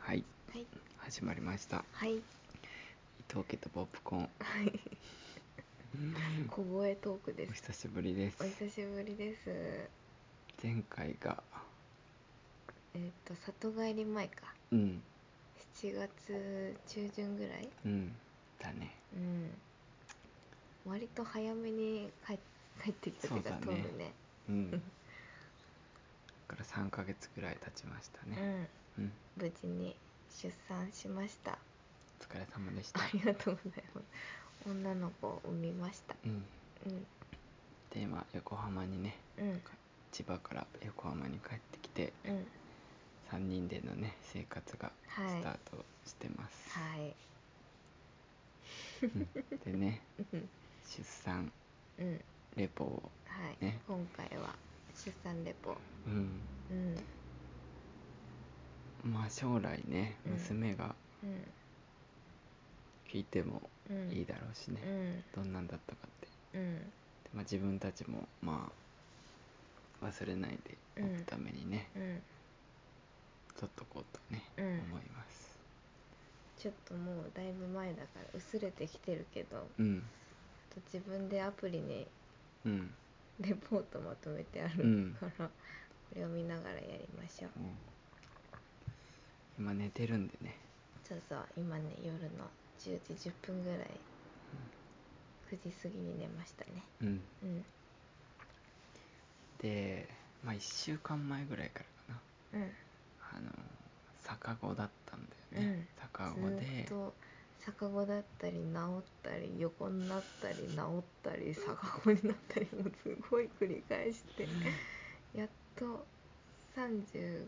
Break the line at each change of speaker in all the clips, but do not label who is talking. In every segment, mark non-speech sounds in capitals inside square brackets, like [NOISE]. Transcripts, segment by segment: はい
はい
始まりました
はい
伊藤家とポップコーン
小声トークで
お
す
久しぶりです
お久しぶりですえ
前回が
っ、と里帰り前か
うん
7月中旬ぐらい
うんだね
うん割と早めに帰帰ってき [LAUGHS] たっていうか
そう
飛
だ
ぶ
ね
ね
うんだから3ヶ月ぐらい経ちました
う
ね
ん
うん
無事に出産しました [LAUGHS]
お疲れ様でした
ありがとうございます女の子を産みました
うん
うん
で今横浜にね
うん
千葉から横浜に帰ってきて
うん
3人でのね生活が
は
ス
い
タートしてます、
はい
うんでね出産
うん
レポを
はい、
ね
今回は出産レポ
うん
うん
まあ将来ね
うん
娘が
うん
聞いても
うん
いいだろうしね、
うん
どんなんだったかって
うん
でまあ、自分たちもまあ忘れないでおくためにね、
うん
取っとこうとね、
うん
思います
ちょっともうだいぶ前だから薄れてきてるけどちょっ
うん
と自分でアプリに [LAUGHS]
うん
レポートまとめてあ
う
る
ん
から、これを見ながらやりましょう
もう今寝てるんでね
そうそう今ね夜の10時10分ぐらい9時過ぎに寝ましたね
うん
うん
でまあ1週間前ぐらいからか
うん
なあの逆子だったんだよね、逆子
ず
で
っと逆子だったり治ったり横になったり治ったり逆子になったりもうすごい繰り返してやっと35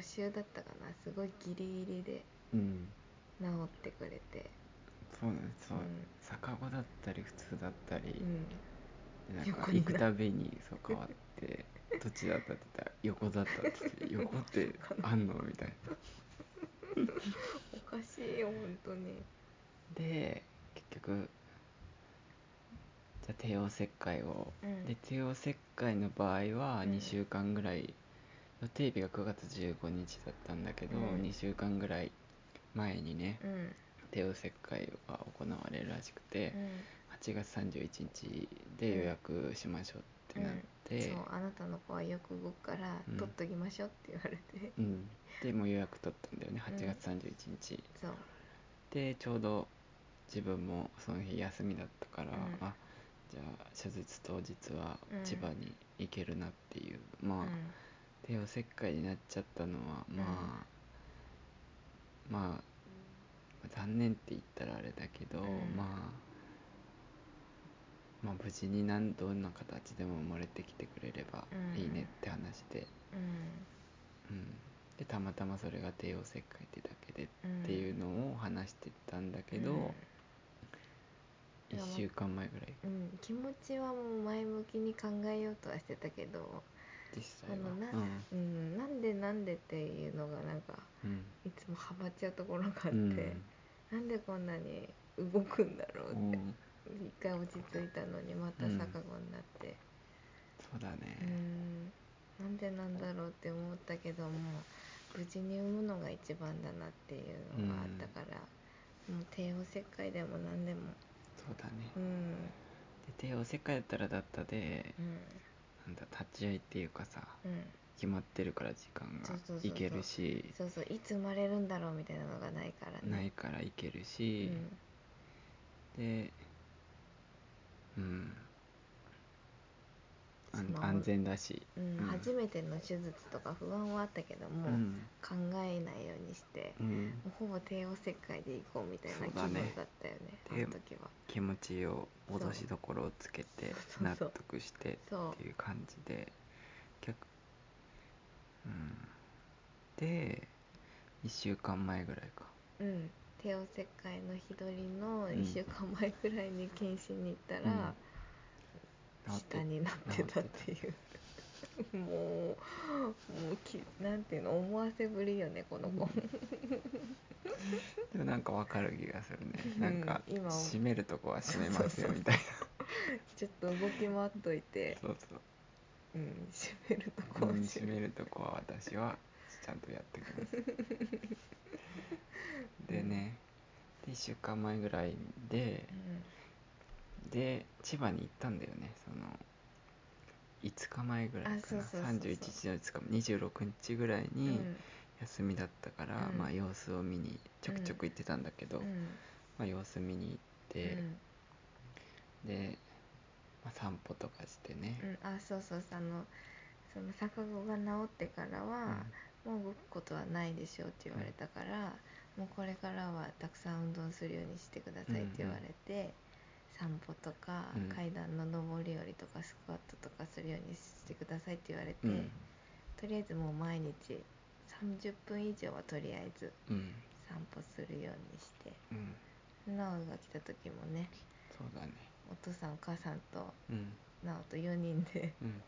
週だったかなすごいギリギリで
うん
治ってくれて
そうなんですそう、
うん
逆子だったり普通だったり、
うん
でなんか
横に
行く
な
たびにそう変わ
[LAUGHS]
ってどっちだったって言ったら横だったって言って横ってあんのみたいな
おかしいよ本当に
で結局じゃあ帝王切開を、
うん
で帝王切開の場合は
うん
2週間ぐらい、予定日が9月15日だったんだけど、
うん
2週間ぐらい前にね
うん
帝王切開が行われるらしくて、8月31日で予約しましょうってなって、
うんそうあなたの子はよく動くから
うん
取っときましょうって言われて、
うん、でもう予約取ったんだよね
うん
8月31日、
そう
でちょうど自分もその日休みだったから、
うん
あじゃあ手術当日は
うん
千葉に行けるなっていう、まあ、
うん
帝王切開になっちゃったのはまあ、まあ残念って言ったらあれだけど、
うん
まあまあ無事になんどんな形でも生まれてきてくれればいいねって話で、うん、でたまたまそれが帝王切開ってだけで
うん
っていうのを話してたんだけど、
うん
1週間前ぐらい
うん、気持ちはもう前向きに考えようとはしてたけど、
実際は
あのな
うん
うん、なんでなんでっていうのがなんか
うん
いつもハマっちゃうところがあって、
うん
なんでこんなに動くんだろうって、
うん
一回落ち着いたのにまた
うん
逆子になって、
そうだ
うん
ね、
なんでなんだろうって思ったけども無事に産むのが一番だなっていうのがあったから、もう帝王切開でも何でも
そうだね
うん
で帝王切開だったらだったで
う
な
ん
んだ立ち会いっていうかさ
うん
決まってるから時間
そうそうそう
が
そ
い
う
けるし
そうそういつ生まれるんだろうみたいなのがないからね
ないからいけるし、でうんあん
その
安全だし
うんうん
うん
初めての手術とか不安はあったけど
う
も、
ん
考えないようにして、
うん
もうほぼ帝王切開で行こうみたいな
そう
気
だ
分
ね
だったよね
で
あの時は
気持ちを
そう
脅しどころをつけて
そう
納
そうそう
得して
そ
っていう感じで逆うんで1週間前ぐらいか
う、うん、帝王切開の日取りの
うん
1週間前くらいに検診に行ったら、
治って
下になってたっていう。 [LAUGHS] もうもうきなんていうの思わせぶりよねこの子
でもなんかわかる気がするね
うん
なんか
今は
締めるとこは締めますよ
そうそうそう
み
[LAUGHS]
たいな
ちょっと動き回っといて、
そうそう
うん、締めるとこ
こ
を
う
締
締めるとこは私はちゃんとやってきます
[LAUGHS]
1週間前ぐらいでで千葉に行ったんだよねその5日前ぐらいかな
あそうそうそうそう
31日の5日も26日ぐらい
うん
に休みだったから、
うん
まあ様子を見にちょくちょく行ってたんだけど、
うん
まあ、様子見に行って、で、まあ、散歩とかしてね、
うんうんあそうそうそうあのその逆子が治ってからは、もう動くことはないでしょうって言われたから、もうこれからはたくさん運動するようにしてくださいって言われて、散歩とか、
うん
階段の上り下りとかスクワットとかするようにしてくださいって言われて、
うんうん
とりあえずもう毎日30分以上はとりあえず
うん
散歩するようにして
うん
奈緒が来た時もね
そうだね
お父さんお母さんと
うん
奈緒と4人で [LAUGHS]
うん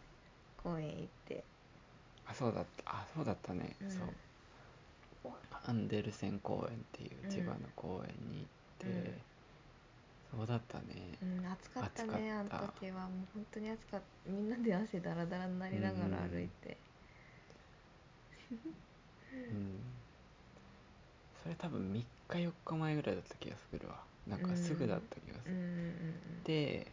公園行って、
あそうだったあそうだったね、
うん
そうアンデルセン公園っていう千葉の公園に行って、そうだったね、
うん、暑かったね
暑かった
あの時はもう本当に暑かったみんなで汗だらだらになりながら歩いて、
うんそれ多分3日4日前ぐらいだった気がするわなんかすぐだった気がす
うん
る、
うん
で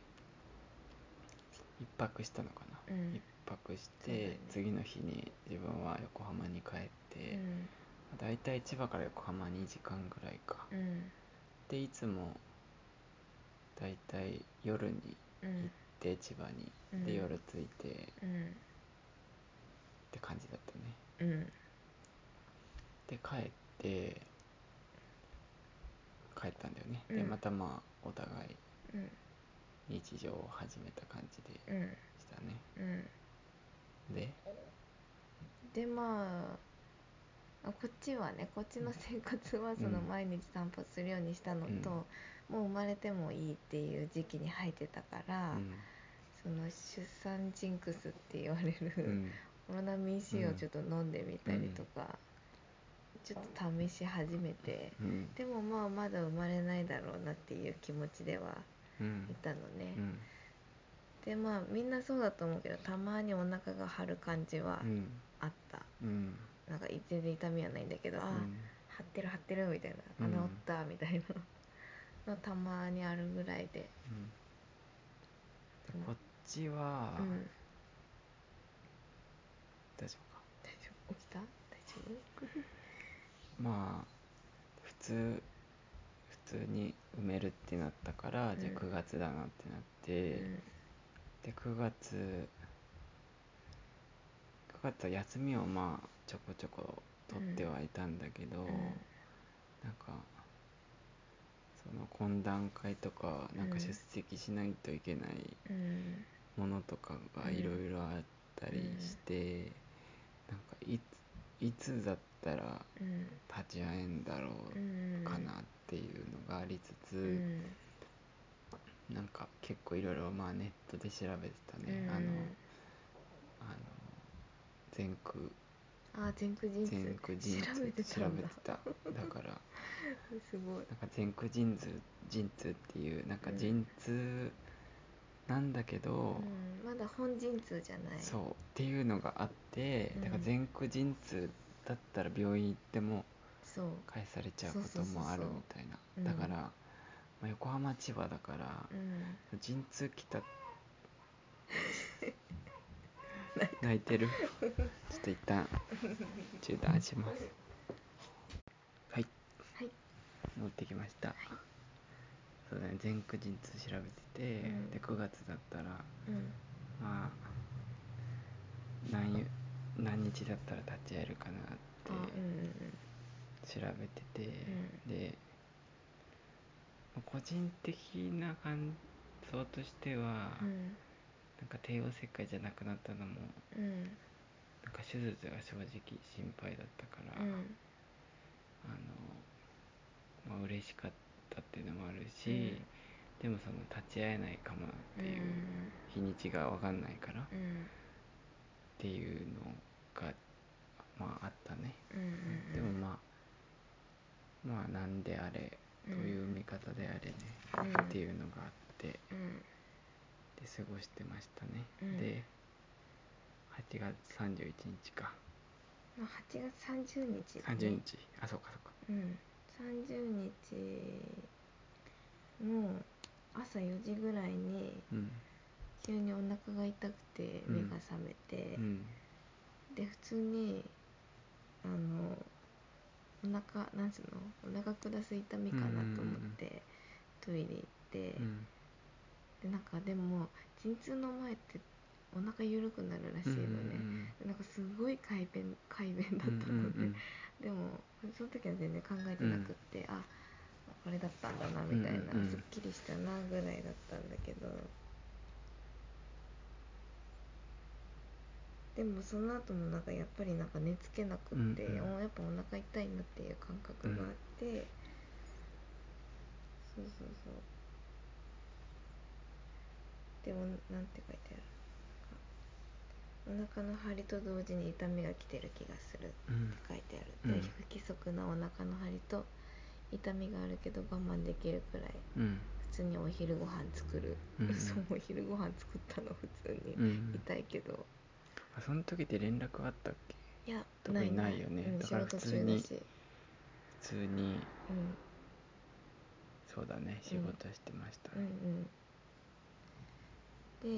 1泊したのかな、
うんうん
1泊し
そうだ
て、
ね
次の日に自分は横浜に帰って、だいたい千葉から横浜2時間ぐらいか、
うんうん
でいつもだいたい夜に
う
行っ
ん
て千葉に、
うん
で夜着いてっ
うん
て感じだったね
うん
で帰って帰ったんだよね、
う
で
ん
またまあお互い
うん
日常を始めた感じで
うん
したね
うん
で
でまああこっちはねこっちの生活はその
うん
毎日散歩するようにしたのと、
うん
もう生まれてもいいっていう時期に入ってたか
う
ら、
ん
その出産ジンクスって言われる、
うん
オロナミン C をちょっと飲んでみたりとか、ちょっと試し始めて
うん
でもまあまだ生まれないだろうなっていう気持ちでは
う
い
ん
たのね、
うん
でまあみんなそうだと思うけどたまにお腹が張る感じは
うん
あった、
うん
なんか全然痛みはないんだけど、
う
あ
ん
張ってる張ってるみたいな、
うん
あ治ったみたいなのたまにあるぐらいで、
うん
うん
こっちは
うん、
大丈夫か
大丈夫起きた大丈夫
まあ普通普通に埋めるってなったからじゃ
うん
あ9月だなってなって、で9月9月は休みをまあちょこちょこ取ってはいたんだけど、
うん
なんかその懇談会とかなん
う
か
ん
出席しないといけない
うんうん
ものとかがいろいろあったりして、なんかいついつだったら
うん
立ち会えんだろ
うん
うかなっていうのがありつつ、
うん
なんか結構いろいろまあネットで調べてたね、あのあの前空
あー前駆人数
前駆陣
調べて
痛
た
調
ん
べ
だ
てただから
すごい
なんか前駆陣痛陣痛っていうなんか
うん
陣痛なんだけど、
うん、まだ本陣痛じゃない
そうっていうのがあってだから
うん
前駆陣痛だったら病院行っても
そう
返されちゃう
そう
こ
そう
と
そうそう
もあるみたいな
うん
だから、まあ、横浜千葉だから
うん
陣痛来
[LAUGHS]
た泣いてるちょっと一旦中断しますはい
はい
持ってきました、そうだね前駆陣痛調べてて、
うん
で9月だったら
うん
まあ何ゆ何日だったら立ち会えるかな
あうん
って調べてて、でまあ個人的な感想としては、
うんうん
なんか帝王切開じゃなくなったのも
うんうん
なんか手術が正直心配だったから、
うん
あの、まあ、嬉しかったっていうのもあるし、
う
で
ん
もその立ち会えないかもっていう、日にちが分かんないからっ
うん
ていうのがまああったね、
うんうん
でもまあまあなんであれどういう見方であれね、
うん
っていうのがあってで
うん
過ごしてましたね、
うん
で8月31日か
まあ8月30日だね
30日あそうかそうか
うん30日の朝4時ぐらいに
うん
急にお腹が痛くて
うん
目が覚めて、
うん
で普通にあのお腹なんつうのお腹下す痛みかなと思ってトイレ行って、
うん
でなんかでも陣痛の前ってお腹緩くなるらしいのね、なんかすごい快便快便だっ
うん
た
うん
ので、
うん
でもその時は全然考えてなくって、あこれだったんだなみたいな、
うんうんうん
すっきりしたなぐらいだったんだけどでもその後もなんかやっぱりなんか寝つけなくって、
うんうん
おやっぱお腹痛いなっていう感覚があって、そうそうそうでもなんて書いてあるお腹の張りと同時に痛みが来てる気がする
うん
書いてあ
う
る、
ん
で不規則なお腹の張りと痛みがあるけど我慢できるくら
う
い
ん
普通にお昼ご飯作る、
うんうん
そうお昼ご飯作ったの普通に、
うん
痛いけど
あその時って連絡あったっけ
いや
特にないよね
うん、
だ
仕
から
事
普
中
通に
だし、
普通に
うん、
そうだね仕事してました
う
ね
ん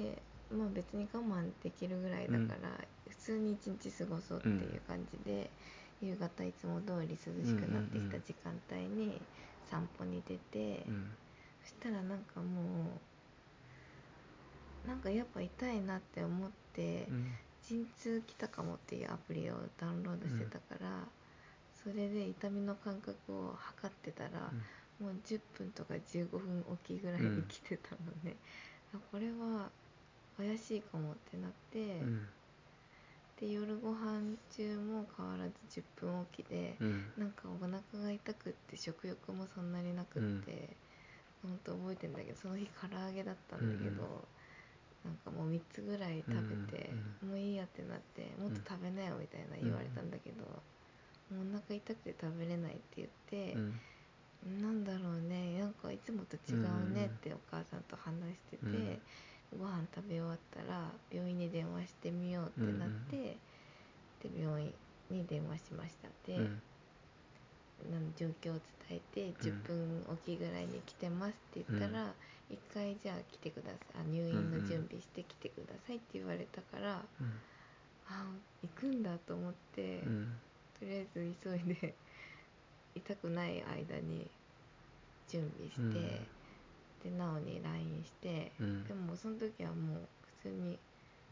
うんでまあ別に我慢できるぐらいだから、
うん
普通に一日過ごそうっていう感じで、夕方いつも通り涼しくなってきた時間帯に散歩に出て、
うん
そしたらなんかもうなんかやっぱ痛いなって思って
うん
「陣痛来たかも」っていうアプリをダウンロードしてたから、それで痛みの感覚を測ってたら、
うん
もう10分とか15分おきぐらいに来てたのね、あこれは怪しいかもってなって、
うん
で夜ご飯中も変わらず10分おきで、
うん
なんかお腹が痛くって食欲もそんなになくって、ほんと覚えてんだけどその日唐揚げだったんだけ
う
ど、
んうん
なんかもう3つぐらい食べて、
う
もういいやってなってもっと食べなよみたいな言われたんだけど、もうお腹痛くて食べれないって言って。
うん
なんだろうねなんかいつもと違うねってお母さんと話してて、ご飯食べ終わったら病院に電話してみようってなって、で病院に電話しましたで、
うん
なん状況を伝えて
う
10
ん
分おきぐらいに来てますって言ったら、一回じゃあ来てくださいあ入院の準備して来てくださいって言われたから、
うん
あ行くんだと思って、
うん
とりあえず急いで痛くない間に準備して、
うん
でなおに LINE して、
うん
でもその時はもう普通に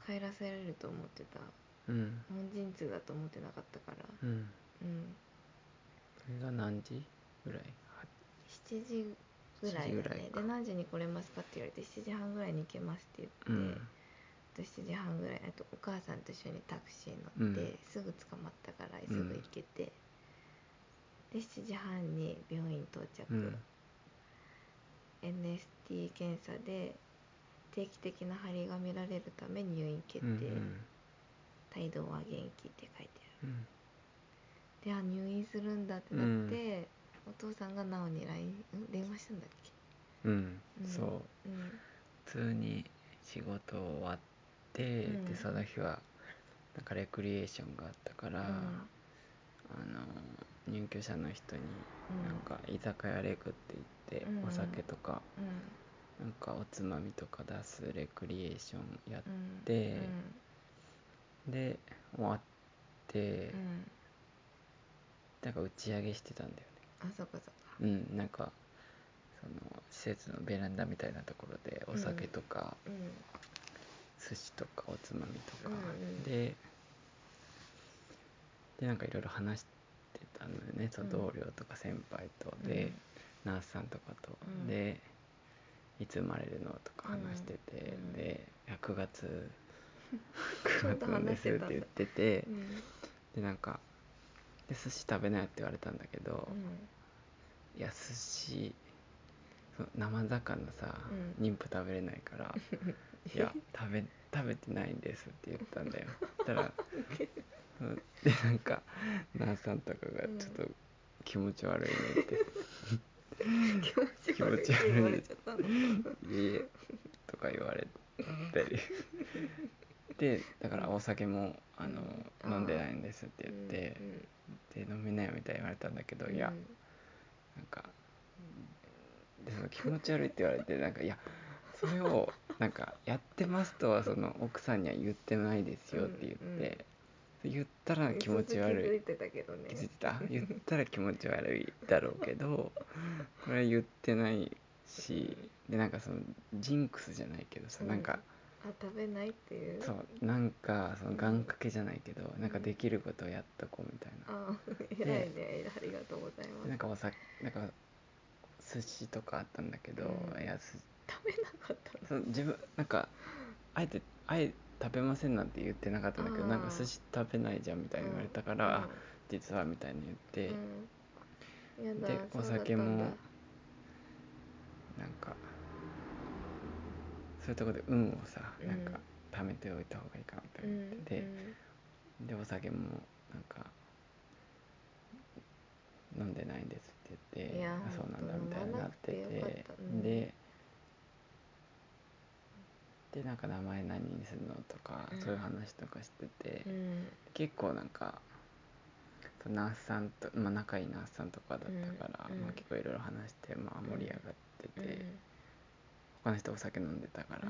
帰らせられると思ってた
うん
門陣痛だと思ってなかったから、
うん
うん、
それが何時ぐらいは
7時ぐら
7
い
時
だ
ぐらい
ね
か
で何時に来れますかって言われて7時半ぐらいに行けますって
う
言っ
ん
て、あと7時半ぐらいあとお母さんと一緒にタクシー乗って、
うん
すぐ捕まったからすぐ行けて、で7時半に病院到着、
うん
NST 検査で定期的な張りが見られるため入院決
う
定、
んうん
帯同は元気って書いて
うん
あるであ入院するんだってなって、お父さんがなおに LINE ん電話したんだっけ、
うん
ん
そう
うん
普通に仕事終わって、
うん
でその日はなんかレクリエーションがあったから、
うん
あの入居者の人に
うん
なんか居酒屋レクって言って、
うん
お酒とか
うん
なんかおつまみとか出すレクリエーションやっ
うん
でて、終わって、
うんうん、
なんか打ち上げしてたんだよ
あそこそこ
ねうんなんかその施設のベランダみたいなところでお酒とか、
うん
寿司とかおつまみとか、
うんうん
ででなんかいろいろ話してたのよねそう
うん
同僚とか先輩と、でナースさんとかと、
うん
でいつ生まれるのとか話してて、
うん
でいや9月
[LAUGHS] ちょっ
9
と
月なんで
話し
すってて
たんだ
言ってて
うん
でなんかで寿司食べなよって言われたんだけど、
う
いや寿司そう生魚さ、
う
妊婦食べれない
[LAUGHS]
から「いや食べ食べてないんです」って言ったん
[LAUGHS]
だよそしたらうんでなんかナースさんとかが
うん
ちょっと気持ち悪いねって
ん [LAUGHS] 気持ち悪い
気持ち悪い
言われちゃった
「
の
いえいえ」とか言われたりでだからお酒もあの
うん
飲んでないんですって言って
うん
で飲みなよみたいに言われたんだけど「いや
うん
なんかでその気持ち悪いって言われてなんかいやそれをなんかやってますとはその奥さんには言ってないですよって言って、言ったら気持ち
気づ
悪
いてたけどね
い気づいた言ったら気持ち悪いだろうけどこれは言ってないしでなんかそのジンクスじゃないけどさ、
うん
なんか
あ食べないっていう
そうなんかその願掛けじゃないけどなんかできることをやっとこうみたいな
あー偉いねありがとうございます
でなんかおさなんか寿司とかあったんだけど、
うん
いやす
食べなかった
そう自分なんかあえてあえ食べませんなんて言ってなかったんだけど
あー
なんか寿司食べないじゃんみたいに言われたから、あ実はみたいに言って、
うんうんやだ
で
そう
お
だったんだ
酒もなんかそういうとこで運をさ
うん
なんか貯めておいた方がいいかなと
う
思
ん
ってて、でお酒もなんか飲んでないんですって言っ
い
て
や
あそうなんだみたいになって
飲まなくてよか
て
ったうん
ででなんか名前何にするのとか、
うん
そういう話とかしてて、
うんうん
結構なんかそのナースさんと、まあ、仲いいナースさんとかだったから、
うんうん
まあ、結構いろいろ話して、まあ、盛り上がって
う
て、
ん
他の人お酒飲んでたから、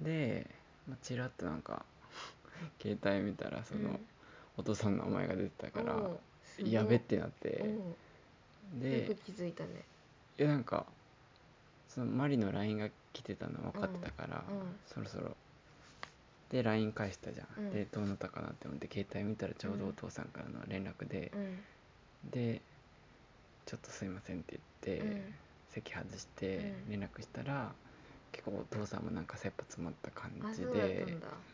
で、まあ、ちらっとなんか [LAUGHS] 携帯見たらその、
うん
お父さんの名前が出てたから、
おうすごい
やべってなっ
お
て、
うよく
で
気づいたね
いやなんかそのマリの LINE が来てたの分かってたから、
うんうん
そろそろで LINE 返したじゃん、
うん
でどうなったかなって思って携帯見たらちょうどお父さんからの連絡で、
うん
で「ちょっとすいません」って言って、
うん
席外して
うん
連絡したら、結構お父さんもなんか切羽詰まった感
あ
じ
そうだった
で
んだ
「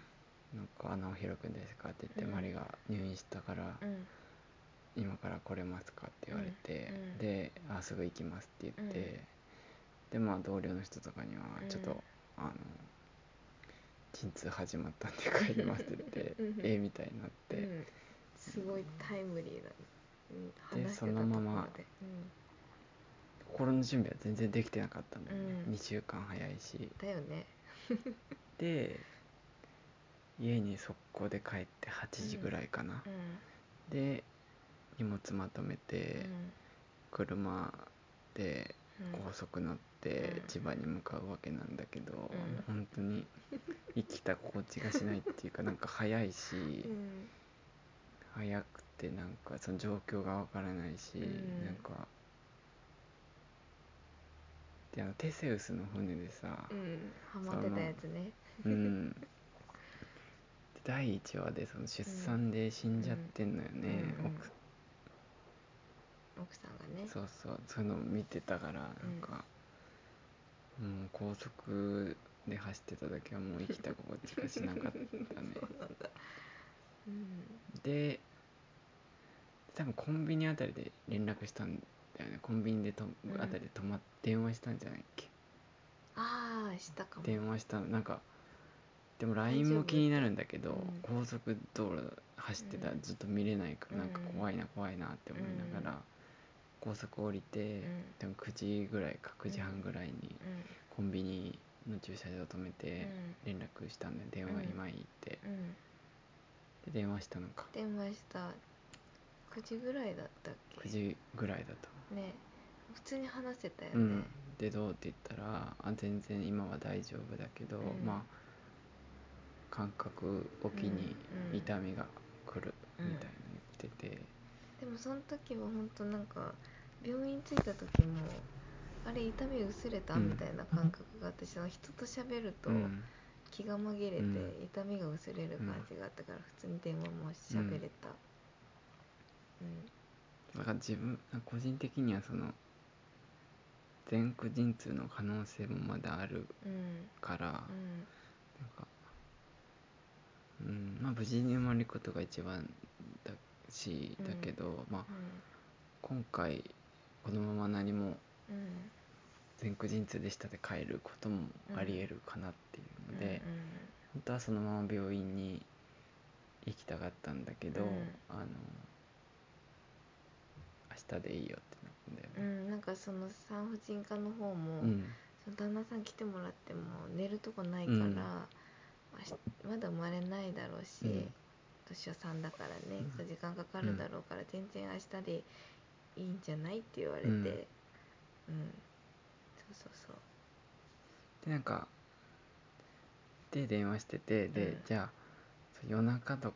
なんか穴を開くんですか?」って言って、
うん
マリが入院したから
うん
「今から来れますか?」って言われて、
うんうん
であ「すぐ行きます」って言って、
うん
でまあ同僚の人とかには
う
「
ん
ちょっと、あの鎮痛始まったんで帰ります」って言って「
うん
えみたいになって、
うんすごいタイムリーなうん話して
そ
た
のまま
とこでうん
心の準備は全然できてなかったんだよね、
うん
2週間早いし。
だよね
で家に速攻で帰って8時ぐらいかな
う、ん
で荷物まとめ
う
て、
ん
車で
うん
高速乗って
うん
千葉に向かうわけなんだけど、
ん
本当に生きた心地がしないっていう
[LAUGHS]
かなんか早いし、
うん
早くてなんかその状況がわからないし、
うん
なんかであのテセウスの船でさ、
うんハマってたやつね
うん、で第1話でその出産で死んじゃってんのよね、
うんうん
奥
奥さんがね
そうそうそういうのを見てたからなんか、もう高速で走ってただけはもう生きた心地がしなか
[LAUGHS]
ったね
うん
で多分コンビニあたりで連絡したんだよねコンビニでと、
うん
あたりで止まっ電話したんじゃないっけ
ああしたかも
電話したのなんかでも
大
LINE
丈
も
夫
気になるんだけど、
うん
高速道路走ってたら
うん
ずっと見れないから、なんか
うん
怖いな怖いなって思いながら、
うん
高速降りて、
ん
でも9時ぐらいか9時半ぐらいに
うん
コンビニの駐車場止めて
う
連絡したんだよ電話
うん
今いいって、
んうん
で電話したのか
電話した9時ぐらいだったっけ
9時ぐらいだと
ね普通に話せたよ
う
ね、
ん、でどうって言ったらあ全然今は大丈夫だけど、
うん
まあ感覚を機に
うんうん
痛みが来る
うん
みたいな言ってて、
でもその時は本当なんか病院着いた時もあれ痛み薄れた
うん
みたいな感覚があってその人と喋ると
うん
気が紛れて
うん
痛みが薄れる感じがあったから普通に電話も喋れたう
だから自分個人的にはその全駆陣痛の可能性もまだある
んうん
から、なん
うん
か、うん、まあ無事に生まれることが一番だしだけど、まあ今回このまま何も
うんうん
全国陣痛でしたで帰ることもありえるかなっていうので、本当はそのまま病院に行きたかったんだけど、
うん
あの明日でいいよってなったんだ
うん、う
よね。
ん、なんかその産婦人科の方も、
うん
その旦那さん来てもらっても寝るとこないか
う
ら、
ん
まあしまだ生まれないだろうし、
うん
年を3だからね
うん
ちょっと時間かかるだろうから、全然明日でいいんじゃないって言われて、う
うんん
そうそうそう
でなんかで電話しててで、
うん
じゃあそう夜中とか